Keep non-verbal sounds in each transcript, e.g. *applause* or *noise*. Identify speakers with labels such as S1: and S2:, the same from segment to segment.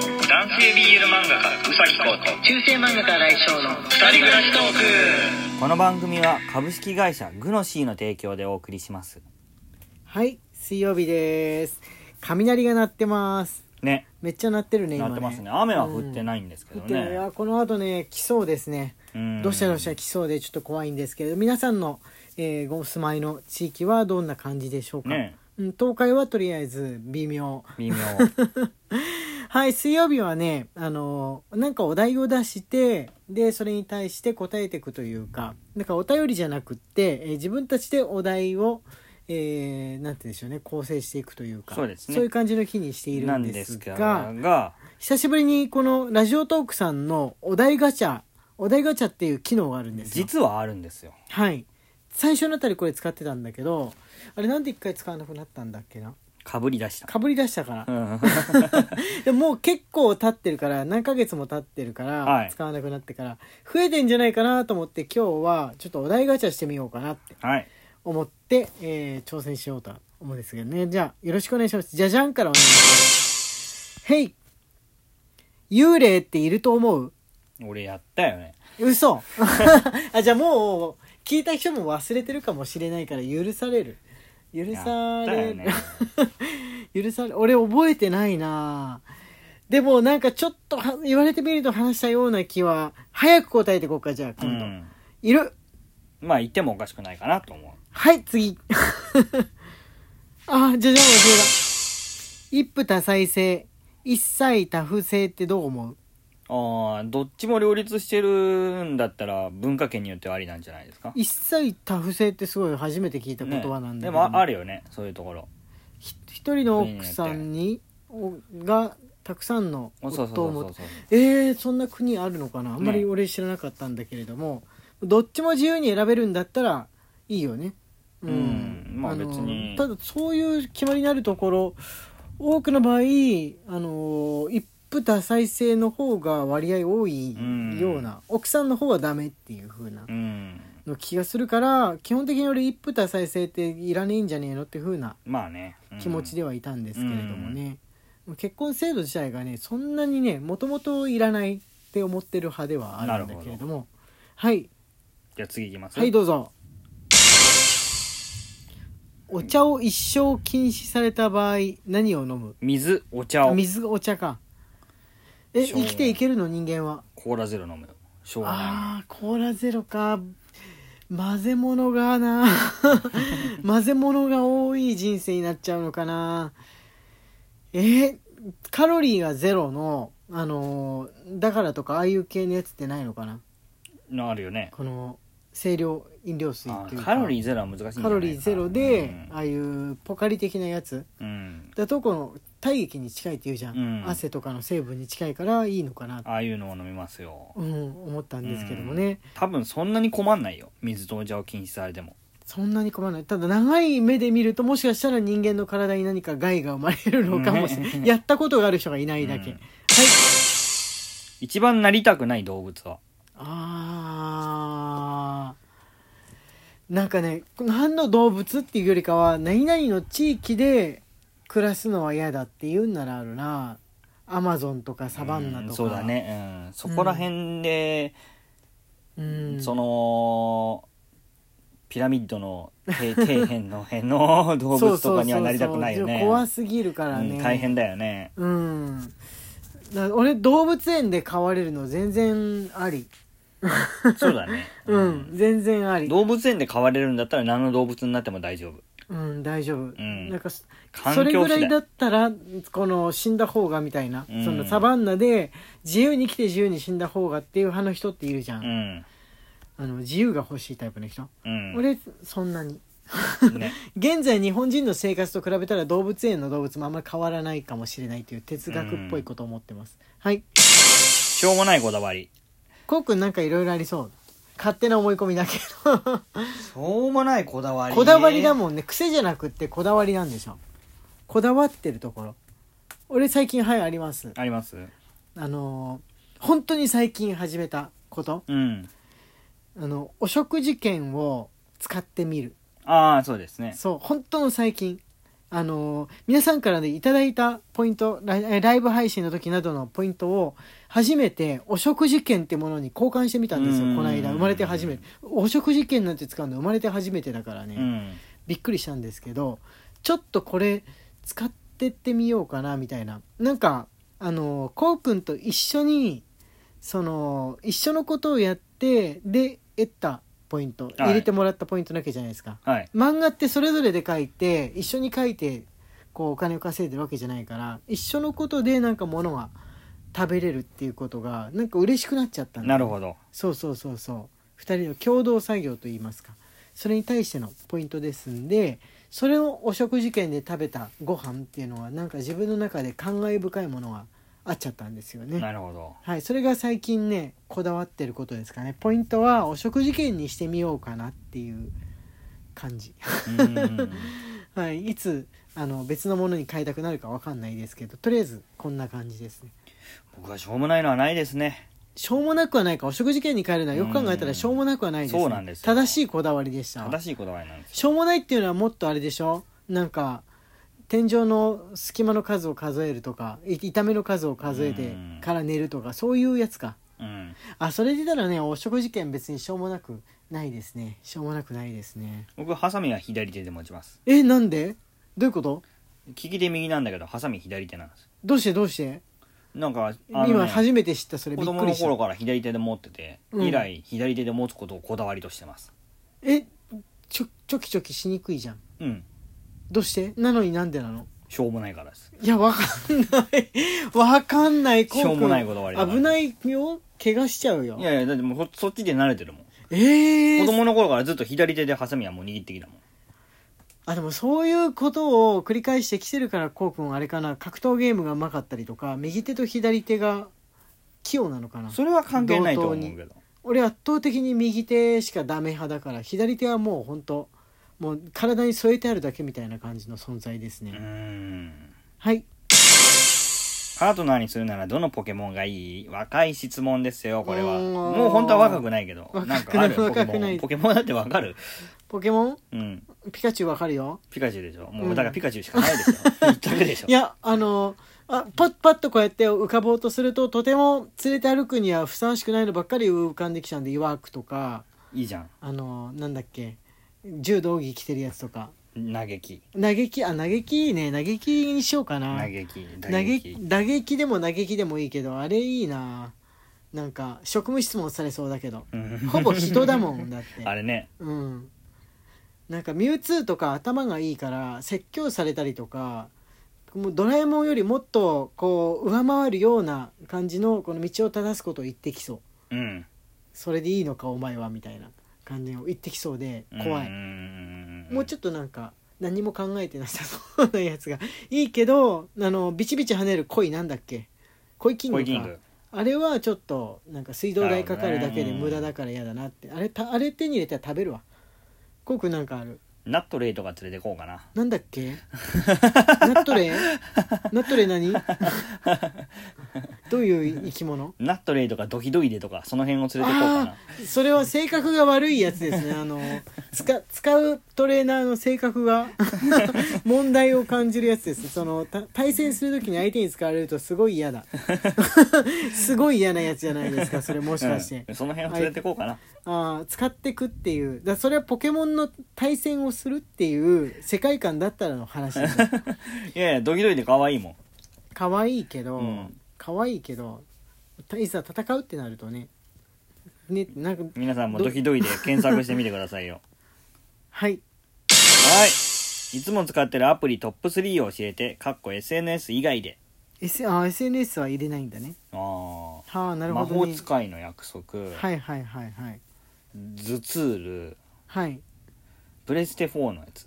S1: 性 BL 漫画家うさぎこと
S2: 中世漫画家来翔の
S1: 二人暮らしトーク
S3: この番組は株式会社グノシーの提供でお送りします
S2: はい水曜日です雷が鳴ってます
S3: ね
S2: めっちゃ鳴ってるね
S3: な
S2: 今ね
S3: ってますね雨は降ってないんですけど
S2: 降ってないい
S3: ね
S2: やこの後ね来そうですね
S3: うん
S2: どしゃどしゃ来そうでちょっと怖いんですけれど皆さんの、えーご住まいの地域はどんな感じでしょうか、
S3: ね
S2: うん、東海はとりあえず微妙 *laughs*
S3: 微妙
S2: はい水曜日はねあのなんかお題を出してでそれに対して答えていくというかなんかお便りじゃなくって、えー自分たちでお題を、えーなんて言うんでしょうね構成していくというか
S3: そうですね
S2: いう感じの日にしている
S3: なんん
S2: で
S3: ですす
S2: が
S3: がが
S2: 久しぶりにこのラジオトークさんのお題ガチャお題ガチャっていう機能があるんですよ
S3: 実はあるんですよ
S2: はい最初のあたりこれ使ってたんだけどあれなんで一回使わなくなったんだっけな
S3: かぶり出した
S2: かぶり出したから
S3: う、ん
S2: でももう結構経ってるから何ヶ月も経ってるから、
S3: はい
S2: 使わなくなってから増えてんじゃないかなと思って今日はちょっとお題ガチャしてみようかなって
S3: はい
S2: 思って、えー挑戦しようとは思うんですけどねじゃあよろしくお願いしますじゃじゃんからお願いしますへい幽霊っていると思う
S3: 俺やったよね
S2: 嘘 *laughs* あじゃあもう聞いた人も忘れてるかもしれないから許される許
S3: やった
S2: され
S3: よ
S2: る、
S3: ね
S2: 許され俺覚えてないなでもなんかちょっとは言われてみると話したような気は早く答えてこうかじゃあ
S3: う
S2: 今度、
S3: ん
S2: いる
S3: まあ言ってもおかしくないかなと思
S2: はい次 *laughs* あじゃじゃん忘れた一夫多妻制一妻多夫制ってどう思う
S3: うあーどっちも両立してるんだったら文化圏によってはありなんじゃないですか
S2: 一妻多夫制ってすごい初めて聞いた言葉なんだ
S3: ねで
S2: けど、
S3: もああるよねそういうところ
S2: ひ一人の奥さんにおがたくさんの
S3: そうそう
S2: 夫
S3: そ
S2: を
S3: う
S2: 持
S3: そ
S2: っ
S3: うそう
S2: えー、そんな国あるのかなあんまり
S3: ね
S2: 俺知らなかったんだけれども、どっちも自由に選べるんだったらいいよね
S3: うんまあ
S2: の
S3: 別に
S2: ただそういう決まりになるところ多くの場合あの一夫多妻制の方が割合多いような、奥さんの方はダメっていう風な
S3: うん
S2: の気がするから基本的に俺一夫多妻制っていらねえんじゃねえのっていう風な
S3: まあね、うん
S2: 気持ちではいたんですけれどもね、結婚制度自体がねそんなにねもともといらないって思ってる派ではあるんだけれどもはい
S3: じゃあ次いきます
S2: はいどうぞお茶を一生禁止された場合何を飲む
S3: 水お茶
S2: あ
S3: を
S2: 水お茶かえ
S3: しょう
S2: 生きていけるの人間は
S3: コーラゼロ飲むよしょうがな
S2: あーコーラゼロか混ぜ物がな *laughs* 混ぜ物が多い人生になっちゃうのかなえーカロリーがゼロのあのーだからとかああいう系のやつってないのかない
S3: のあるよね
S2: この清涼飲料水
S3: あ
S2: っていう
S3: ーカ
S2: か
S3: ロリーゼロは難しいんじゃな
S2: カ
S3: いかな
S2: ロリーゼロで、ああいうポカリ的なやつ
S3: うん、うん
S2: だとこの体液に近いっていうじゃん、
S3: うん
S2: 汗とかの成分に近いからいいのかな、
S3: ああいうのを飲みますよ
S2: うん、思ったんですけどもね、
S3: 多分そんなに困んないよ水とお茶を禁止されても
S2: そんなに困らないただ長い目で見るともしかしたら人間の体に何か害が生まれるのかもしれない、
S3: ね
S2: やったことがある人がいないだけ、
S3: うん
S2: はい
S3: 一番なりたくない動物は
S2: あーなんかね何の動物っていうよりかは何々の地域で暮らすのは嫌だっていうんならあるなアマゾンとかサバンナとか、
S3: うんそうだね、うん、そこら辺で、
S2: うん
S3: そのピラミッドの底底辺の辺の動
S2: そう
S3: 物とかにはなりたくないよ
S2: そうそう
S3: ね
S2: そう怖すぎるからね、
S3: うん大変だよ
S2: *laughs*
S3: ね
S2: うん。だ俺、動物園で飼われるの全然あり。
S3: そうだね
S2: うん、全然あり。
S3: 動物園で飼われるんだったら何の動物になっても大丈夫
S2: うん、大丈夫。
S3: ん
S2: なんか、そ
S3: 環
S2: そ
S3: 境
S2: れぐら
S3: 次
S2: い
S3: 第
S2: だったら、この、死んだ方がみたいな。
S3: うん
S2: その、サバンナで、自由に生きて自由に死んだ方がっていう派の人っているじゃん。
S3: うん
S2: あの、自由が欲しいタイプの人。
S3: うん
S2: 俺、そんなに。
S3: ね
S2: 現在日本人の生活と比べたら動物園の動物もあんまり変わらないかもしれないという哲学っぽいことを思ってます。はい。
S3: しょうもないこだわり
S2: コウ君なんかいろいろありそう。勝手な思い込みだけど。
S3: しょうもないこだわ
S2: こだわりだ
S3: ん
S2: もんね。癖じゃなくってこだわりなんでしょ。こだわってるところ。俺最近はいあります。
S3: あります
S2: あのー本当に最近始めたこと。
S3: うん
S2: あの、お食事券を使ってみる。
S3: ああそうですね
S2: そう、本当の最近。あの皆さんからでいただいたポイントライえライブ配信の時などのポイントを初めてお食事券ってものに交換してみたんですよ
S3: うん
S2: この間生まれて初めてお食事券なんて使うの生まれて初めてだからね、
S3: うん
S2: びっくりしたんですけどちょっとこれ使ってってみようかなみたいななんかあのこうくんと一緒にその一緒のことをやってで得たポイント
S3: い
S2: 入れてもらったポイントだけじゃないですか、
S3: はい
S2: 漫画ってそれぞれで書いて一緒に書いてこうお金を稼いでるわけじゃないから一緒のことでなんか物が食べれるっていうことがなんか嬉しくなっちゃったんだ
S3: なるほど
S2: そうそうそうそう2人の共同作業といいますかそれに対してのポイントですんでそれをお食事券で食べたご飯っていうのはなんか自分の中で感慨深いものがあっちゃったんですよね
S3: な。るほど
S2: はい、それが最近ねこだわってることですかねポイントはお食事券にしてみようかなっていう感じ、 *laughs*
S3: うん
S2: はい、いつあの別のものに変えたくなるかわかんないですけどとりあえずこんな感じですね
S3: 僕はしょうもないのはないですね
S2: しょうもなくはないかお食事券に変えるのはよく考えた
S3: う
S2: ら
S3: ん
S2: しょうもなくはないです、ね、
S3: そうなんですよ
S2: 正しいこだわりでした
S3: 正しいこだわりなんです
S2: しょうもないっていうのはもっとあれでしょなんか天井の隙間の数を数えるとかい痛めの数を数えて
S3: うん
S2: から寝るとかそういうやつか
S3: うん
S2: あそれで言ったらねお食事券別にしょうもなくないですねしょうもなくないですね
S3: 僕ハサミは左手で持ちます
S2: えなんでどういうこと
S3: 利き手右なんだけどハサミ左手なんです
S2: どうしてどうして
S3: なんかあの
S2: 今
S3: ね
S2: 初めて知ったそれび
S3: 子
S2: っ
S3: 供
S2: く
S3: の
S2: りし
S3: 頃
S2: た
S3: から左手で持ってて、
S2: うん
S3: 以来左手で持つことをこだわりとしてます
S2: えちょちょきちょきしにくいじゃん
S3: うん
S2: どうしてなのになんでなの
S3: しょうもないからです
S2: いや、わかんない。 *laughs* わかんない、こ
S3: しょうもないこだわりだから
S2: 危ないよ。怪我しちゃうよ
S3: い。やいやだってもうそそっちで慣れてるもん
S2: ええ
S3: 子供の頃からずっと左手でハサミはもう握ってきたもん
S2: あ、でもそういうことを繰り返してきてるから、こうくんあれかな、格闘ゲームがうまかったりとか、右手と左手が器用なのかな。
S3: それは関係ないと思うけど
S2: 俺圧倒的に右手しかダメ派だから、左手はもう本当もう体に添えてあるだけみたいな感じの存在ですね。
S3: うーん
S2: はい。
S3: パートナーにするならどのポケモンがいい若い質問ですよこれは
S2: うーん
S3: もう本当は若くないけど
S2: 若く
S3: なんかあるポケ
S2: 若く
S3: モ
S2: ない
S3: ンポケモンだってわかる
S2: ポケモン
S3: うん
S2: ピカチュウわかるよ。
S3: ピカチュウでしょもう
S2: うん
S3: だからピカチュウしかない
S2: *laughs*
S3: ですよ一択でしょ
S2: いやあのあパッパッとこうやって浮かぼうとするととても連れて歩くにはふさわしくないのばっかり浮かんできちゃうんで岩ワークとか
S3: いいじゃん
S2: あのなんだっけ柔道着着てるやつとか
S3: 嘆き
S2: 嘆きあ嘆きいいね嘆きにしようかな
S3: 嘆き
S2: 嘆
S3: 嘆
S2: き
S3: き
S2: 打撃でも嘆きでもいいけどあれいいななんか職務質問されそうだけど
S3: うん
S2: ほぼ人だもんだって
S3: *laughs* あれね
S2: うん、なんかミュウツーとか頭がいいから説教されたりとかもうドラえもんよりもっとこう上回るような感じのこの道を正すことを言ってきそう
S3: うん
S2: それでいいのかお前はみたいな感じを言ってきそうで怖い、もう
S3: ょ
S2: ち
S3: っ
S2: ょっとなんか何も考えてなさそうなやつがいいけどあのビチビチ跳ねる恋なんだっけ恋キン
S3: と
S2: グ
S3: イキン
S2: か
S3: グ
S2: あれはちょっとなんか水道代かかるだけで
S3: なるほどね
S2: 無駄だから嫌だなって、あれたあれ手に入れたら食べるわコウくんなんかある
S3: ナットレイとか連れてこうかな
S2: なんだっ
S3: *laughs*
S2: けナットレイナットレイ何どういう生き物
S3: ナットレイとかドヒドイデとかその辺を連れてこうか
S2: あ
S3: な
S2: あーそれは性格が悪いやつですねあの使使うトレーナーの性格が *laughs* 問題を感じるやつですそのた対戦する時に相手に使われるとすごい
S3: *laughs*
S2: 嫌だすごい嫌なやつじゃないですかそれもしかして、
S3: うんその辺を連れてこうかな
S2: あー使ってくっていうだからそれはポケモンの対戦をするっていう世界観だったらの
S3: *laughs*
S2: 話ですよ
S3: いやいやドキドキで可愛いもん
S2: 可愛いけど、
S3: うん
S2: 可愛いけどたいざ戦うってなるとねねなんか
S3: 皆さんも
S2: ど
S3: ドキドキで検索してみてくださいよ
S2: はい
S3: はいいつも使ってるアプリトップ3を教えてかっこ SNS 以外で
S2: S あ SNS は入れないんだね
S3: ああ
S2: はあなる
S3: 魔
S2: ほど、ね、
S3: 法使いの約束、
S2: はいはいはいはい
S3: ズツール
S2: はい
S3: プレステ4のやつ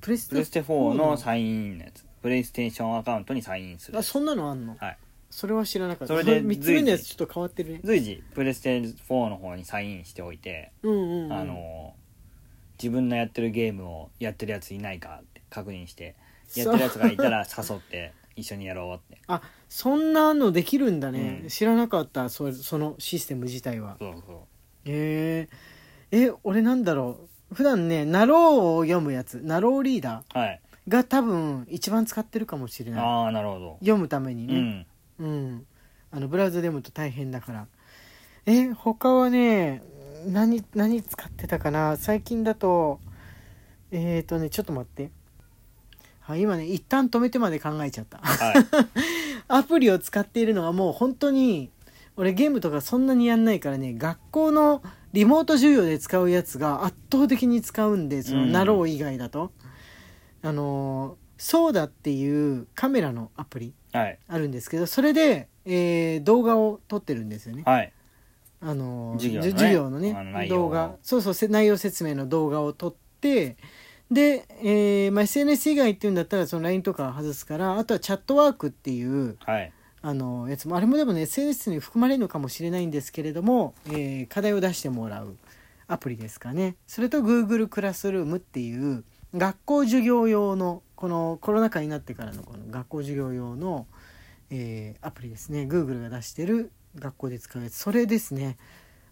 S2: プレス
S3: プレステ4のサインインのやつプレイステーションアカウントにサインインする
S2: あそんなのあんの
S3: はい
S2: それは知らなかった
S3: それで
S2: 3つ目のやつちょっと変わってるね
S3: 随時プレステ4の方にサインインしておいて、
S2: うんうん、うん、
S3: あの自分のやってるゲームをやってるやついないかって確認してやってるやつがいたら *laughs* 誘って一緒にやろうって
S2: あそんなのできるんだね、
S3: うん
S2: 知らなかったそそのシステム自体は
S3: そうそ
S2: へええ俺なんだろう普段ね「ナロー」を読むやつ「ナローリーダ
S3: う
S2: ー
S3: はい」
S2: が多分一番使ってるかもしれない
S3: ああなるほど、
S2: 読むために
S3: う
S2: ね
S3: ん
S2: うん、あのブラウザで読むと大変だからえ他はね何何使ってたかな最近だとえっ、ー、とねちょっと待ってあ今ね一旦止めてまで考えちゃった
S3: はい
S2: アプリを使っているのはもう本当に俺ゲームとかそんなにやんないからね学校のリモート授業で使うやつが圧倒的に使うんでその
S3: うん
S2: なろう以外だと、あのソーダっていうカメラのアプリ
S3: はい
S2: あるんですけどそれで、えー動画を撮ってるんですよね
S3: はい
S2: あの
S3: 授業のね
S2: じ授業のね
S3: あの内容
S2: 動画そうそうせ内容説明の動画を撮ってで、えーまあ、SNS 以外っていうんだったらその LINE とかは外すからあとはチャットワークっていう
S3: はい
S2: あのやつもあれもでもね SNS に含まれるのかもしれないんですけれども、えー課題を出してもらうアプリですかねそれと Google クラスルームっていう学校授業用のこのコロナ禍になってからのこの学校授業用の、えーアプリですね Google が出してる学校で使うやつそれですね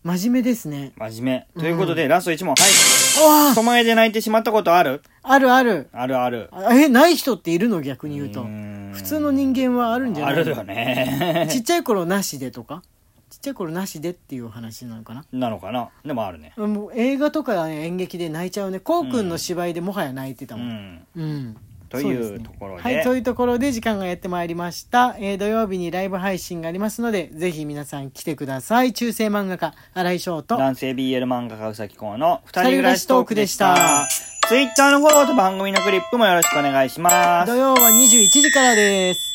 S2: 真面目ですね
S3: 真面目ということで、ラスト1問はい
S2: あ
S3: 人前で泣いてしまったことある
S2: あるある
S3: あるある
S2: あえない人っているの逆に言うと
S3: うーん
S2: 普通の人間はあるんじゃない
S3: あるよ *laughs* ね
S2: ちっちゃい頃なしでとかちっちゃい頃なしでっていう話なのかな
S3: なのかなでもあるね
S2: もう映画とか、ね、演劇で泣いちゃうねこうくんの芝居でもはや泣いてた
S3: う
S2: もん、うん
S3: んと
S2: そ
S3: いう
S2: ですね
S3: ところで
S2: はいというところで時間がやってまいりました、えー土曜日にライブ配信がありますのでぜひ皆さん来てください中世漫画家新井翔と
S3: 男性 BL 漫画家うさきこうの二
S2: 二
S3: 人
S2: 人暮
S3: 暮
S2: ら
S3: ら
S2: し
S3: し
S2: ト
S3: ト
S2: ー
S3: ー
S2: ク
S3: ク
S2: で
S3: で
S2: し
S3: したた。ツイッターのフォローと番組のクリップもよろしくお願いします
S2: 土。曜は21時からです